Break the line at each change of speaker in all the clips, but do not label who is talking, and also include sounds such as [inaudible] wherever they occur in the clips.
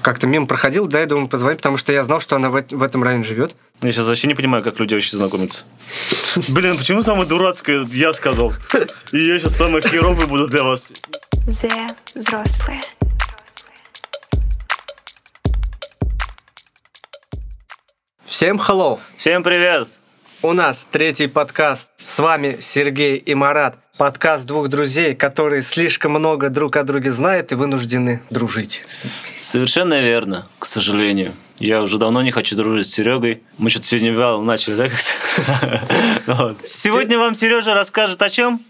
как-то мимо проходил, да, я думаю, позвонить, потому что я знал, что она в, эт- в этом районе живет.
Я сейчас вообще не понимаю, как люди вообще знакомятся. Блин, почему самое дурацкое я сказал? И я сейчас самое херовое буду для вас.
The взрослые.
Всем hello!
Всем привет!
У нас третий подкаст. С вами Сергей и Марат. Подкаст двух друзей, которые слишком много друг о друге знают и вынуждены дружить.
Совершенно верно, к сожалению. Я уже давно не хочу дружить с Серегой. Мы что-то сегодня вяло начали, да, как-то? [laughs] Ну ладно. Сегодня вам Сережа расскажет о чем?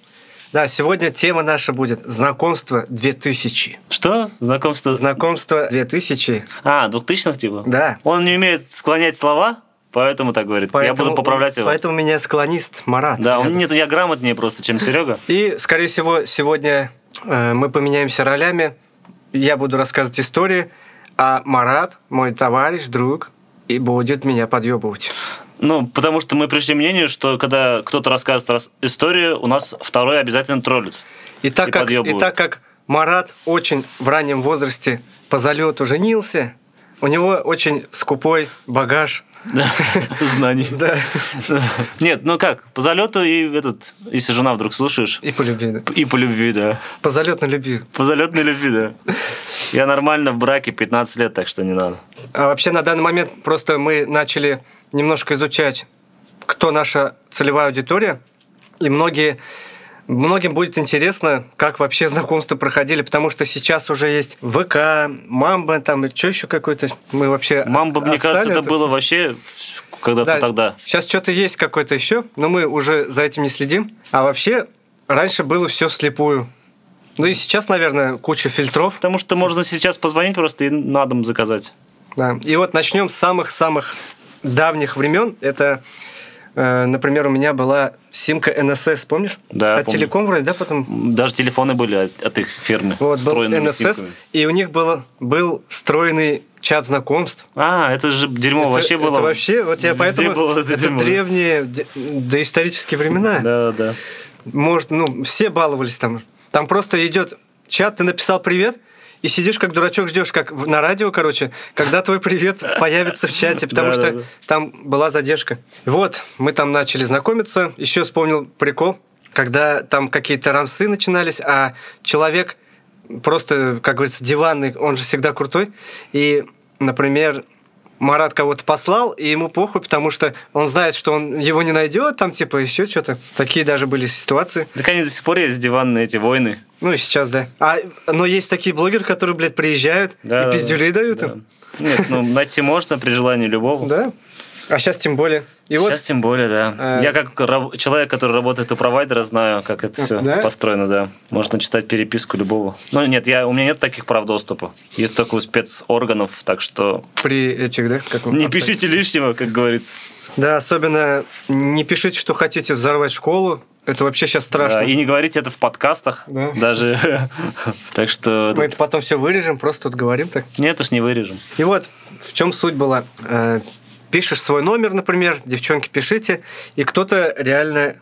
Да, сегодня тема наша будет «Знакомство 2000».
Что? Знакомство? с-
Знакомство 2000,
А, двухтысячных типа?
да.
Он не умеет склонять слова, поэтому так говорит. Я буду поправлять его.
Поэтому меня склонист Марат.
Да,
Я-
он, нет, я грамотнее просто, чем Серега.
И, скорее всего, сегодня э, мы поменяемся ролями. Я буду рассказывать истории, а Марат, мой товарищ, друг, и будет меня подъебывать.
Ну,
Потому что мы пришли к мнению, что когда кто-то рассказывает раз историю, у нас второй обязательно троллит.
И так,
И
как, и
подъёбывают.
так как Марат очень в раннем возрасте по залету женился, у него очень скупой багаж. [laughs]
Да, знаний.
Да.
Нет, ну как, по залету и этот, если жена вдруг слушаешь,
И по любви. да.
и по любви, да.
По залетной любви.
По залетной любви, да. Я нормально в браке 15 лет, так что не надо.
А вообще на данный момент просто мы начали немножко изучать, кто наша целевая аудитория, и многие Многим будет интересно, как вообще знакомства проходили, потому что сейчас уже есть ВК, Мамба, там что еще какой-то. Мы вообще
Мамба, мне кажется,
отстали
это
от-
было вообще когда-то
Да.
тогда.
Сейчас что-то есть какое-то еще, но мы уже за этим не следим. А вообще, раньше было все вслепую. Ну и сейчас, наверное, куча фильтров.
Потому что можно сейчас позвонить просто и на дом заказать.
Да. И вот начнем с самых-самых давних времен. Это, э, например, у меня была симка НСС, помнишь?
Да,
От
помню.
телеком вроде, да, потом?
Даже телефоны были от, от их фирмы.
Вот, был
встроенными
НСС,
симками.
и у них было, был встроенный чат знакомств.
А, это же дерьмо
Это-
вообще было.
Это вообще, вот я
Везде
поэтому...
было это
это
дерьмо.
древние, де- доисторические времена.
Да, да.
Может, ну, все баловались там. Там просто идет чат, ты написал привет, и сидишь как дурачок, ждешь, как в- на радио, короче, когда твой привет появится в чате, потому
Да, да,
что
да.
там была задержка. Вот, мы там начали знакомиться. Еще вспомнил прикол, когда там какие-то рамсы начинались, а человек просто, как говорится, диванный, он же всегда крутой. И, например, Марат кого-то послал, и ему похуй, потому что он знает, что он его не найдет, там типа еще что-то. Такие даже были ситуации.
Так они до сих пор есть диванные эти войны.
Ну и сейчас, да. А, но есть такие блогеры, которые, блядь, приезжают
Да,
и
да,
пиздюлей дают
да.
им.
Нет, ну найти можно при желании любого.
Да. А сейчас тем более. И вот
Сейчас тем более, да.
э,
Я как раб- человек, который работает у провайдера, знаю, как это все
Да?
построено, да. Можно читать переписку любого. Ну нет, я, у меня нет таких прав доступа. Есть только у спецорганов, так что
при этих, да, как он
не
обстоит.
пишите лишнего, как говорится.
Да, особенно не пишите, что хотите взорвать школу. Это вообще сейчас страшно.
Да, и не говорите это в подкастах
Да.
даже. [laughs] Так что...
Мы это потом все вырежем, просто вот говорим так.
Нет, уж не вырежем.
И вот в чем суть была. Э, Пишешь свой номер, например, девчонки, пишите, и кто-то реально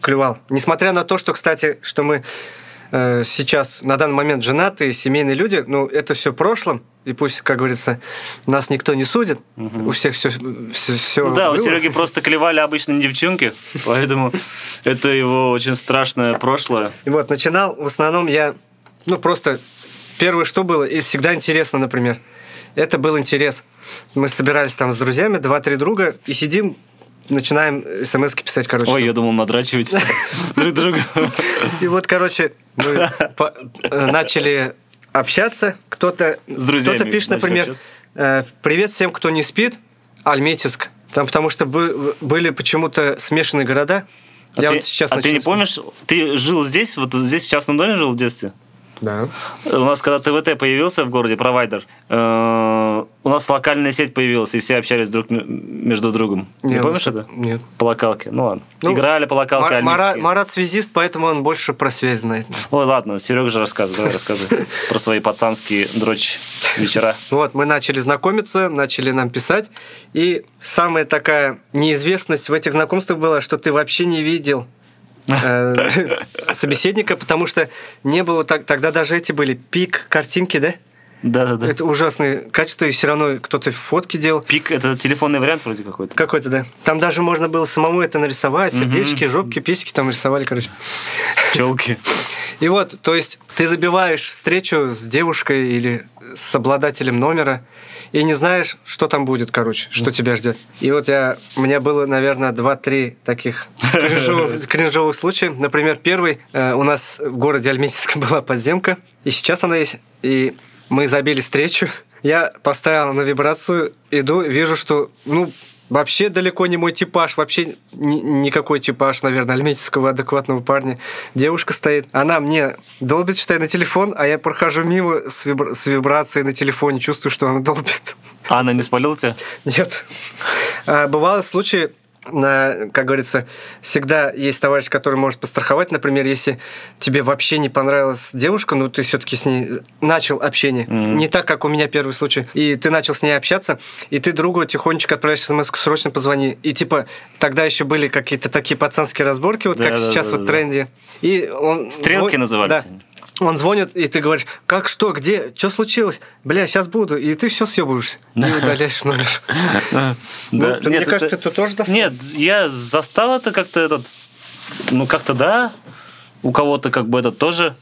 клювал. Несмотря на то, что, кстати, что мы э, сейчас на данный момент женатые, семейные люди, ну, это все прошлом, и пусть, как говорится, нас никто не судит, у всех все...
Ну да, у Сереги просто клевали обычные девчонки, поэтому это его очень страшное прошлое.
И Вот, начинал в основном я, ну, просто первое, что было, и всегда интересно, например. Это был интерес. Мы собирались там с друзьями, два-три друга, и сидим, начинаем смс писать, короче.
Ой, я думал, надрачиваете друг друга.
И вот, короче,
[laughs]
мы по- э, начали общаться. Кто-то
С друзьями
кто-то пишет,
начали
например,
общаться.
э, «Привет всем, кто не спит, Альметьевск». Там потому что бы- были почему-то смешанные города.
А
я
ты-
вот сейчас
А ты
начал
не
вспоминать.
помнишь, ты жил здесь, вот здесь в частном доме жил в детстве?
Да.
У нас, когда ТВТ появился в городе, провайдер, э, у нас локальная сеть появилась, и все общались друг м- между другом. Не
Я
помнишь
вот-
это?
ну, Нет.
По локалке, ну ладно.
Ну,
Играли по локалке
Мар- Мара-
альмирские.
Марат связист, поэтому он больше про связь знает.
Ой, ладно, Серега же рассказывай, давай
[laughs]
рассказывай про свои пацанские дрочь вечера.
Вот, мы начали знакомиться, начали нам писать. И самая такая неизвестность в этих знакомствах была, что ты вообще не видел э, собеседника, потому что не было так, тогда даже эти были пик картинки, да?
Да-да-да.
Это ужасное качество, и все равно кто-то фотки делал.
Пик — это телефонный вариант вроде какой-то.
Какой-то, да. Там даже можно было самому это нарисовать, сердечки, жопки, писики там рисовали, короче.
Челки.
И вот, то есть ты забиваешь встречу с девушкой или с обладателем номера и не знаешь, что там будет, короче, что тебя ждет. И вот я, у меня было, наверное, 2-3 таких кринжовых, кринжовых случая. Например, первый, э, у нас в городе Альметьевска [laughs] была подземка, и сейчас она есть, и мы забили встречу. Я поставил на вибрацию, иду, вижу, что, ну, Вообще далеко не мой типаж, вообще ни- никакой типаж, наверное, альметьевского адекватного парня. Девушка стоит, она мне долбит, считай, на телефон, а я прохожу мимо с, вибра- с вибрацией на телефоне, чувствую, что она [laughs] долбит.
А Она не спалила тебя?
Нет. А, бывало случаи, на, как говорится, всегда есть товарищ, который может постраховать. Например, если тебе вообще не понравилась девушка, но ты все-таки с ней начал общение.
Мгм.
Не так, как у меня первый случай. И ты начал с ней общаться, и ты другу тихонечко отправляешь смс срочно позвони. И типа тогда еще были какие-то такие пацанские разборки, вот как
Да-да-да-да-да.
сейчас вот в тренде. И он
Стрелки
звон-
назывались.
Ну, Да. Он звонит, и ты говоришь, как, что, где, что случилось? Бля, сейчас буду. И ты все съебываешься. И удаляешь номер.
Да.
Ну, ты- мне
Нет,
кажется,
это-
ты тоже достал.
Нет, я застал это как-то этот... Ну, как-то да. У кого-то как бы этот тоже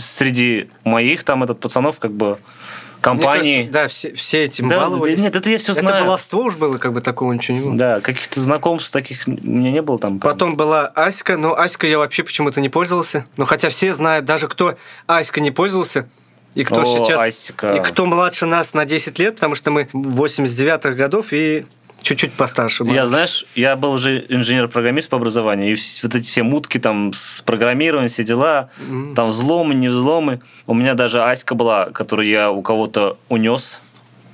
среди моих там этот пацанов как бы
Мне
компании.
кажется, да, все, все этим
Да,
баловались.
да нет, это я все
это
знаю.
баловство уж было, как бы такого ничего не было.
Да, каких-то знакомств таких у меня не было там.
Потом была Аська, но Аська я вообще почему-то не пользовался. Но хотя все знают, даже кто Аська не пользовался, и кто
О,
сейчас...
Асика.
И кто младше нас на 10 лет, потому что мы 89-х годов и чуть-чуть постарше. были.
Я, знаешь, я был же инженер-программист по образованию, и вс- вот эти все мутки там с программированием, все дела,
Мгм.
там взломы, не взломы. У меня даже Аська была, которую я у кого-то унес,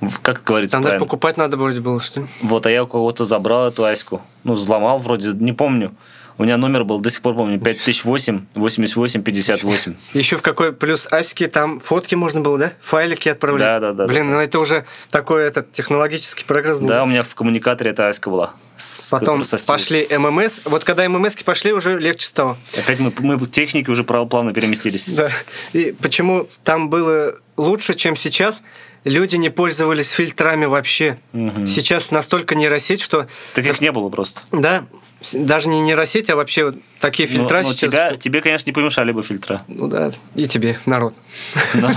в- как говорится
Там даже
правильно?
покупать надо вроде было, что ли?
Вот, а я у кого-то забрал эту Аську. Ну, взломал вроде, не помню. У меня номер был, до сих пор помню, 5008 88 58.
Еще в какой плюс Аськи там фотки можно было, да? Файлики отправлять. [laughs]
Да-да-да.
Блин, ну это уже такой этот технологический прогресс был.
Да, у меня в коммуникаторе эта Аська была. С-
Потом
которая со Steam.
пошли ММС. Вот когда ММС пошли, уже легче стало.
Опять мы, мы к технике уже прав- плавно переместились.
Да. И почему там было лучше, чем сейчас? Люди не пользовались фильтрами вообще.
Мгм.
Сейчас настолько нейросеть, что...
Так их не было просто.
Да, с- даже не нейросеть, а вообще вот такие
Ну,
фильтра
ну,
сейчас...
тебя- тебе, конечно, не помешали бы [laughs] фильтра.
Ну да, и тебе, народ.
Но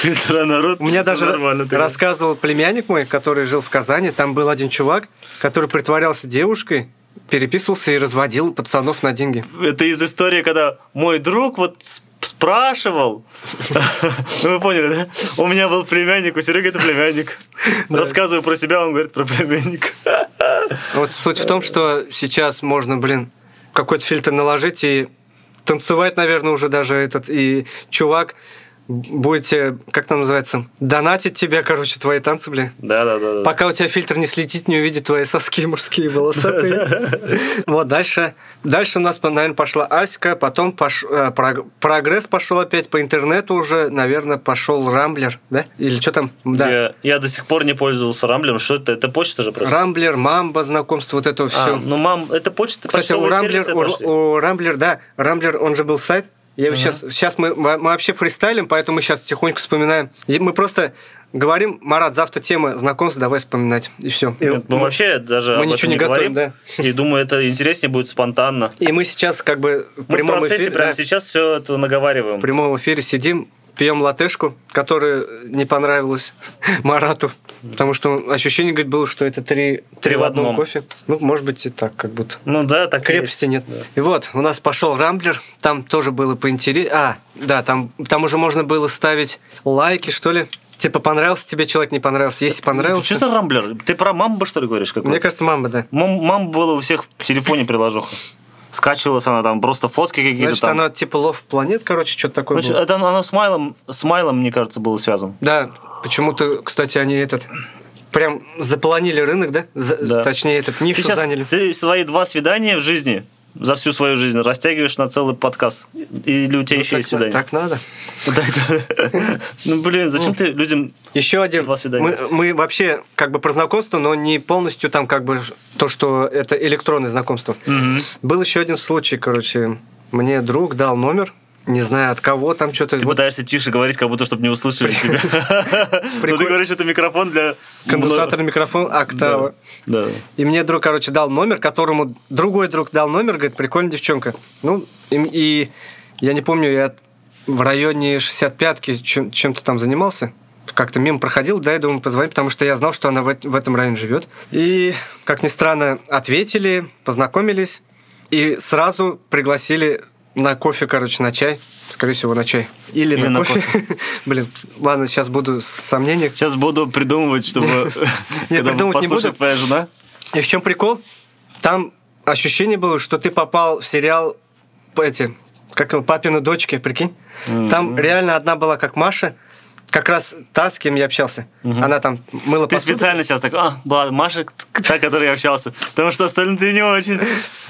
Фильтра народ.
У меня даже
Нормально ты.
рассказывал племянник мой, который жил в Казани, там был один чувак, который притворялся девушкой, переписывался и разводил пацанов на деньги.
Это из истории, когда мой друг вот с- спрашивал. [laughs] Ну, вы поняли, да? У меня был племянник, у Сереги это племянник. Рассказываю про себя, он говорит про [laughs] племянника.
Вот суть в том, что сейчас можно, блин, какой-то фильтр наложить и танцевать, наверное, уже даже этот. И чувак будет тебе, как там называется, донатить тебе, короче, твои танцы, блин.
Да-да-да.
Пока у тебя фильтр не слетит, не увидит твои соски мужские
[laughs]
волосатые. Вот дальше. Дальше у нас, наверное, пошла Аська, потом пош- э, прог- прогресс пошел опять по интернету уже, наверное, пошел Рамблер, да? Или что там? Да.
Я, я до сих пор не пользовался Рамблером. Что это? Это почта же просто.
Рамблер, Мамба, знакомство, вот это
А,
все.
ну, мам, это почта.
Кстати, у
почтовые
Рамблер,
сервисы
у,
пошли.
у Рамблер, да, Рамблер, он же был сайт. Я сейчас, сейчас мы, мы вообще фристайлим, поэтому сейчас тихонько вспоминаем. И Мы просто говорим, Марат, завтра тема знакомств, давай вспоминать. И все.
Нет, ну, мы вообще даже
мы
об этом
ничего не
говорим.
готовим, да.
И думаю, это интереснее будет спонтанно.
И мы сейчас как бы в
Мы в
прямом
процессе
эфире,
прямо
да,
сейчас все это наговариваем.
в прямом эфире сидим, пьем латешку, которая не понравилась [laughs] Марату, потому что он- ощущение, говорит, было, что это три, три в одном кофе. Ну, может быть, и так как будто.
Ну да, так и
Крепости
есть.
нет. И вот, у нас пошел Рамблер, там тоже было поинтереснее. А, да, там, там уже можно было ставить лайки, что ли. Типа, понравился тебе человек, не понравился. Если понравился...
Что за рамблер? Ты про мамбу, что ли, говоришь? какую?
Мне кажется, мама, да.
Мам, мамба была у всех в телефоне приложуха. Скачивалась она там, просто фотки какие-то
Значит,
там.
она типа лов планет, короче, что-то такое
Значит, а-
было.
это оно с Майлом, с Майлом, мне кажется, было связано.
Да, почему-то, кстати, они этот... Прям заполонили рынок, да? За-
Да.
Точнее, этот нишу
Ты сейчас
заняли.
ты свои два свидания в жизни, за всю свою жизнь, растягиваешь на целый подкаст. Или у тебя
Ну,
еще
так,
есть свидание? [laughs]
так надо.
Да-да. Ну, блин, зачем ты людям...
Еще один.
Два свидания
Мы,
есть.
мы вообще как бы про знакомство, но не полностью там как бы ж- то, что это электронное знакомство. Был еще один случай, короче, мне друг дал номер, Не знаю, от кого там что-то...
Ты
Вот
пытаешься тише говорить, как будто чтобы не услышали
[laughs]
тебя. Но ты
Прикольно.
говоришь, это микрофон для...
конденсатор, микрофон, а октава.
Ну, Да.
И мне друг, короче, дал номер, которому другой друг дал номер, говорит, прикольная девчонка. Ну, и, и я не помню, я в районе 65-ки чем- чем-то там занимался. Как-то мимо проходил, да, я думаю, позвонить, потому что я знал, что она в, эт- в этом районе живет. И, как ни странно, ответили, познакомились и сразу пригласили на кофе, короче, на чай. Скорее всего, на чай. Или,
Или
на,
на
кофе. [laughs] Блин, ладно, сейчас буду с сомнениях.
Сейчас буду придумывать,
[laughs]
чтобы...
Нет,
Когда
придумывать не
послушает
буду.
твоя жена.
И в чем прикол? Там ощущение было, что ты попал в сериал по эти, как его, папины дочки, прикинь. Там реально одна была как Маша, как раз та, с кем я общался. Она там мыла
Ты
посуду.
специально сейчас так, а, ладно, Маша,
[laughs]
та, которой я общался. Потому что остальные ты не очень.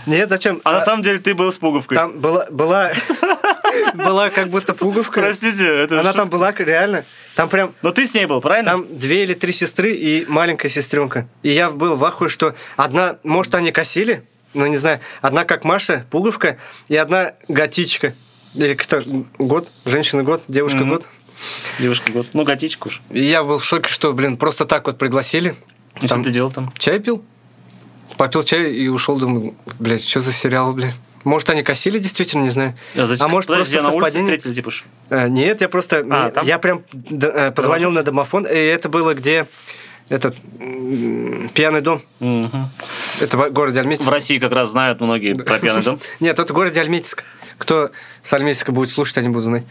Нет, зачем?
А на
А,
самом деле ты был с пуговкой.
Там была, была, [laughs] была как будто пуговка.
Простите, это
Она
шутка.
там была, реально. Там прям
Но ты с ней был,
[laughs]
правильно?
Там две или три сестры и маленькая сестренка. И я был в ахуе, что одна, может, они косили, но не знаю, одна как Маша, пуговка, и одна готичка. Или кто? Год, женщина год, девушка
Мгм.
год.
Девушка говорит, ну, готичку уж.
И я был в шоке, что, блин, просто так вот пригласили.
И что
Там
ты делал там?
Чай пил. Попил чай и ушел, думаю, блядь, что за сериал, блядь. Может, они косили действительно, не знаю.
А, зачем-
А может,
Подожди,
просто
на улице
совпадение?
встретили, типа, ж?
Э, Нет, я просто...
А,
мне-
там?
Я прям д- э, позвонил на домофон, и это было где этот м, пьяный дом.
Мгм.
Это в городе Альметьевск.
В России как раз знают многие про
[laughs]
пьяный дом.
Нет, это в городе Альметьевск. Кто с Альметьевска будет слушать, они будут знать.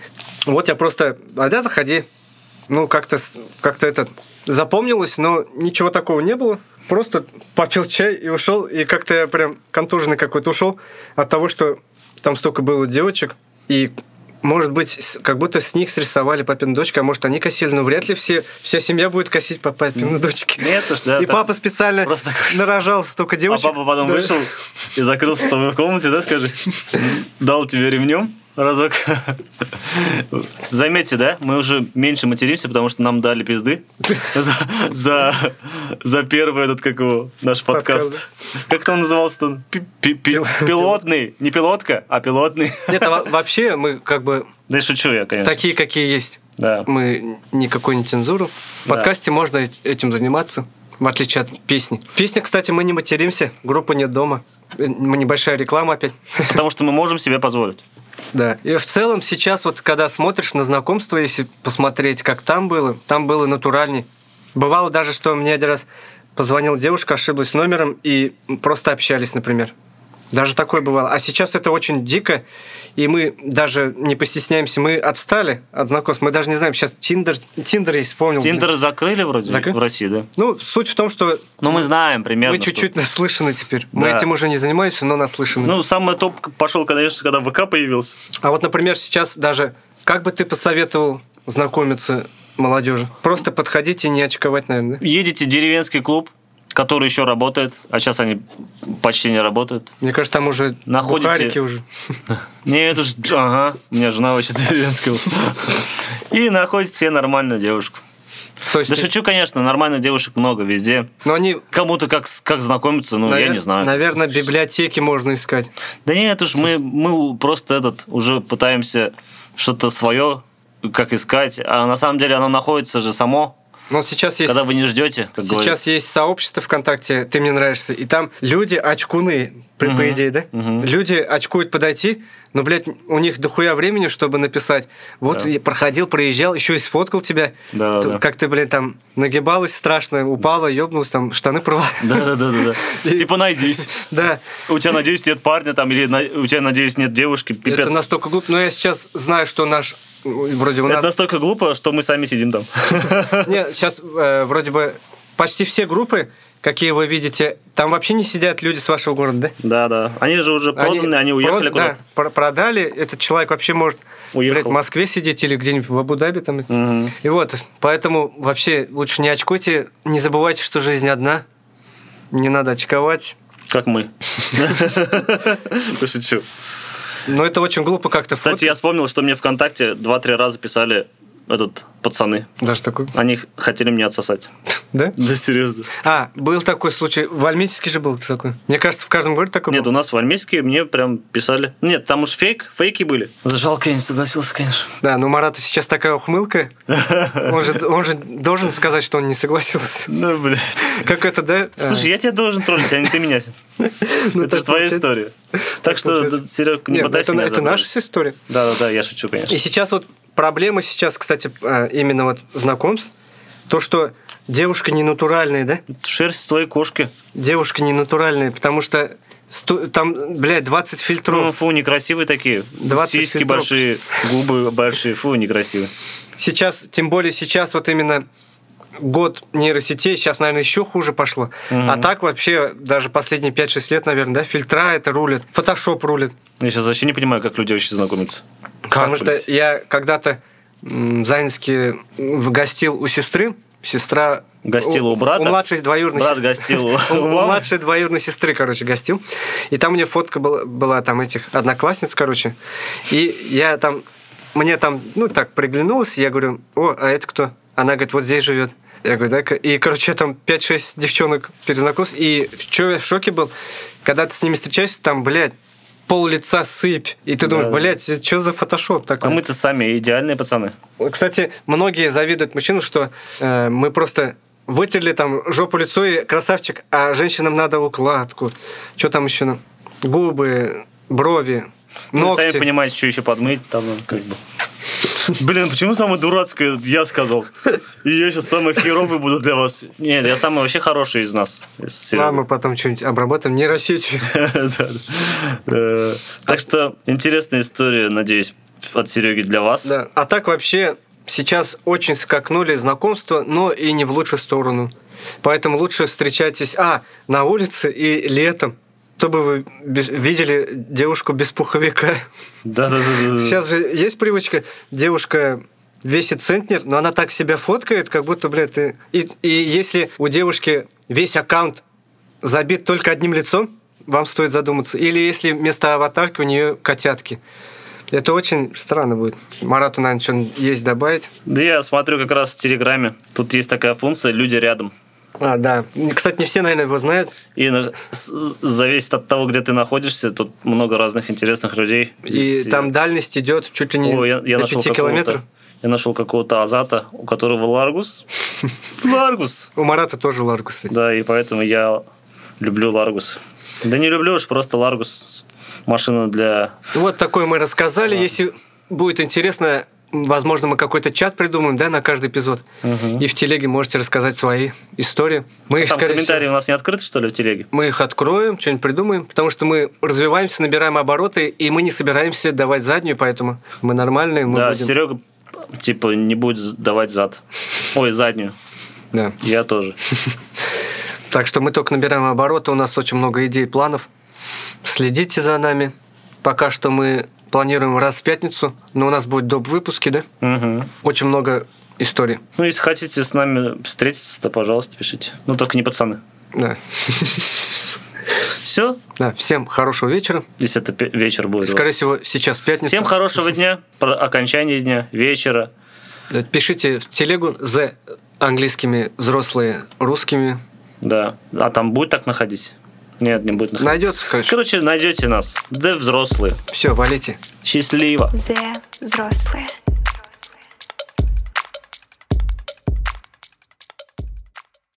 Вот я просто... А да, заходи. Ну, как-то как это запомнилось, но ничего такого не было. Просто попил чай и ушел. И как-то я прям контуженный какой-то ушел от того, что там столько было девочек. И, может быть, с- как будто с них срисовали папину дочка, а может, они косили. Но вряд ли все, вся семья будет косить по папину дочке.
Нет, уж, Ну, да,
И
там
папа специально
просто такой-
нарожал столько
А
девочек.
папа потом
Да.
вышел и закрылся с тобой в комнате, да, скажи? Дал тебе ремнем разок. Заметьте, да, мы уже меньше материмся, потому что нам дали пизды за, за, за первый этот, как его, наш подкаст.
Подкаст,
Как он назывался-то? Пи- пи- пи- Пилотный. Не пилотка, а пилотный.
Нет, а во- вообще мы как бы
Да и шучу я, конечно.
такие, какие есть.
Да.
Мы никакой не цензуру. В
Да.
подкасте можно эт- этим заниматься, в отличие от песни. Песня, кстати, мы не материмся, группа нет дома. Э, Мы небольшая реклама опять.
Потому что мы можем себе позволить.
Да. И в целом сейчас вот, когда смотришь на знакомство, если посмотреть, как там было, там было натуральней. Бывало даже, что мне один раз позвонила девушка, ошиблась номером, и просто общались, например. Даже такое бывало. А сейчас это очень дико, и мы даже не постесняемся, мы отстали от знакомств. Мы даже не знаем, сейчас Тиндер, Тиндер есть, вспомнил.
Тиндер закрыли вроде
Закры-
в России, да?
Ну, суть в том, что
Ну, мы знаем примерно.
мы
что-
чуть-чуть наслышаны теперь. Мы
Да.
этим уже не занимаемся, но наслышаны.
Ну, самый топ пошел, конечно, когда ВК появился.
А вот, например, сейчас даже как бы ты посоветовал знакомиться молодежи? Просто подходить и не очковать, наверное. да?
Едете в деревенский клуб, который еще работает, а сейчас они почти не работают.
Мне кажется, там уже
Находите-
бухарики уже.
Нет, уж... Ага, у меня жена вообще деревенского. И находит себе нормальную девушку.
То есть,
Да шучу, конечно, нормальных девушек много везде.
но они,
Кому-то как, с- как знакомиться, ну, я
навер-
не знаю.
наверное, библиотеки можно искать.
Да нет, уж мы, мы просто этот уже пытаемся что-то свое как искать, а на самом деле оно находится же само,
Но сейчас есть...
когда вы не ждете, как
Сейчас
говорится.
есть сообщество ВКонтакте «Ты мне нравишься», и там люди очкуны, при- по
Мгм.
идее, да?
Мгм.
Люди очкуют подойти, но, блядь, у них дохуя времени, чтобы написать. Вот
Да.
и проходил, проезжал, еще и сфоткал тебя.
Да,
Ты-
да.
Как ты, блядь, там нагибалась страшно, упала, ёбнулась, там штаны порвала. [laughs]
Да-да-да.
И-
Типа найдись.
Да,
У тебя, надеюсь, нет парня там, или на- у тебя, надеюсь, нет девушки. Пипец.
это настолько глупо. Но я сейчас знаю, что наш... м, Вроде у
Это [laughs]
нас...
настолько глупо, что мы сами сидим там.
Не, сейчас э, вроде бы почти все группы, какие вы видите, там вообще не сидят люди с вашего города, да?
Да, да. Они же уже
Они
проданы, они уехали
прод- да,
куда-то.
пр- продали. Этот человек вообще может
Уехал.
блядь, в Москве сидеть или где-нибудь в Абу-Даби. Там.
Мгм.
И вот, поэтому вообще лучше не очкуйте, не забывайте, что жизнь одна, не надо очковать. [laughs]
Как мы. Да Шучу.
Но это очень глупо как-то.
Кстати, я вспомнил, что мне ВКонтакте 2-3 раза писали этот пацаны.
фоткать. Даже такой.
Они х- хотели меня отсосать.
Да?
Да, серьезно.
А, был такой случай. В Альметьевске же был такой. Мне кажется, в каждом городе такой
Нет,
был.
у нас в Альмейске мне прям писали. Нет, там уж фейк, фейки были. Жалко, я не согласился, конечно.
Да, но Марату сейчас такая
[laughs]
ухмылка. Он же, он же должен сказать, что он не согласился.
Ну, блядь.
Как это, да?
Слушай, я тебя должен троллить, а не ты меня.
Ну,
Это
так
же твоя
получается.
история. Так что,
получается.
Серег, не
Нет, это,
пытайся меня
это наша вся история.
Да-да-да, я шучу, конечно.
И сейчас вот проблема сейчас, кстати, э, именно вот знакомств, то, что девушка не натуральная, да?
Шерсть твоей кошки.
Девушка не натуральная, потому что сто- там, блядь, 20
Ну,
фильтров.
фу, некрасивые такие.
20
Сиськи
фильтров.
большие, губы большие. Фу, некрасивые.
Сейчас, тем более сейчас вот именно год нейросетей, сейчас, наверное, еще хуже пошло.
Мгм.
А так вообще даже последние 5-6 лет, наверное, да, фильтра это рулит, фотошоп рулит.
Я сейчас вообще не понимаю, как люди вообще знакомятся.
Потому что
блядь?
я когда-то м, в Заинске м, гостил у сестры, сестра...
Гостила у брата?
У младшей двоюродной
Брат
сестры.
гостил [laughs] у
У
у мамы.
младшей двоюродной сестры, короче, гостил. И там у нее фотка была, была там этих одноклассниц, короче. И я там, мне там, ну, так приглянулось, я говорю, о, а это кто? Она говорит, вот здесь живет. Я говорю, да, и, короче, я там 5-6 девчонок перезнакомился, и в чё я в шоке был, когда ты с ними встречаешься, там, блядь, пол лица сыпь, и ты думаешь,
Да-да.
блядь, что за фотошоп такой?
А мы-то сами идеальные пацаны.
Кстати, многие завидуют мужчинам, что э, мы просто вытерли там жопу лицо и красавчик, а женщинам надо укладку. Что там еще? нам? Губы, брови,
Ну,
ногти.
сами понимаете, что еще подмыть там, ну, как бы. Блин, почему самое дурацкое я сказал? И я сейчас самый херовый буду для вас. Нет, я самый вообще хороший из нас. из Сереги.
Ладно, мы потом что-нибудь обработаем,
[laughs]
нейросеть.
Да, да. Э, Так что интересная история, надеюсь, от Сереги для вас.
Да. А так вообще сейчас очень скакнули знакомства, но и не в лучшую сторону. Поэтому лучше встречайтесь, а, на улице и летом, чтобы вы без- видели девушку без пуховика.
Да, да, да, да.
Сейчас же есть привычка, девушка весит центнер, но она так себя фоткает, как будто, блядь, ты... И, и если у девушки весь аккаунт забит только одним лицом, вам стоит задуматься. Или если вместо аватарки у нее котятки. Это очень странно будет. Марату, наверное, что-нибудь есть добавить.
Да я смотрю как раз в Телеграме. Тут есть такая функция «Люди рядом».
А, да. Кстати, не все, наверное, его знают.
И на- с- зависит от того, где ты находишься, тут много разных интересных людей.
И
Здесь-
там дальность идет чуть ли не
О, я, я
до
нашел
5
какого-то-
километров.
Я нашел какого-то Азата, у
[laughs]
которого Ларгус. Ларгус!
У Марата тоже Ларгус. кстати.
Да, и поэтому я люблю Ларгус. Да не люблю уж, просто Ларгус. Машина для...
Вот такое мы рассказали. Если будет интересно, возможно, мы какой-то чат придумаем, да, на каждый эпизод. И в телеге можете рассказать свои истории. Мы их,
А Там
скорее всего,
комментарии у нас не открыты, что ли, в телеге?
мы их откроем, что-нибудь придумаем, потому что мы развиваемся, набираем обороты, и мы не собираемся давать заднюю, поэтому мы нормальные, мы
да,
будем.
Серега, типа, не будет давать зад. Ой, заднюю.
Да.
Я тоже.
Так что мы только набираем обороты, у нас очень много идей, планов. Следите за нами. Пока что мы планируем раз в пятницу, но у нас будет доп. выпуски, да?
Мгм.
Очень много историй.
Ну, если хотите с нами встретиться, то, пожалуйста, пишите. Ну, только не пацаны.
Да.
Все,
Да, всем хорошего вечера.
если это пе- вечер будет. у вас.
Скорее всего, сейчас пятница.
Всем хорошего дня, про окончания дня, вечера.
Да, Пишите в телегу «the» английскими «взрослые» русскими.
Да. А там будет так находить? Нет, не будет находить.
Найдется, короче.
Короче, найдете нас. Да взрослые.
Все, валите.
Счастливо.
Зе взрослые.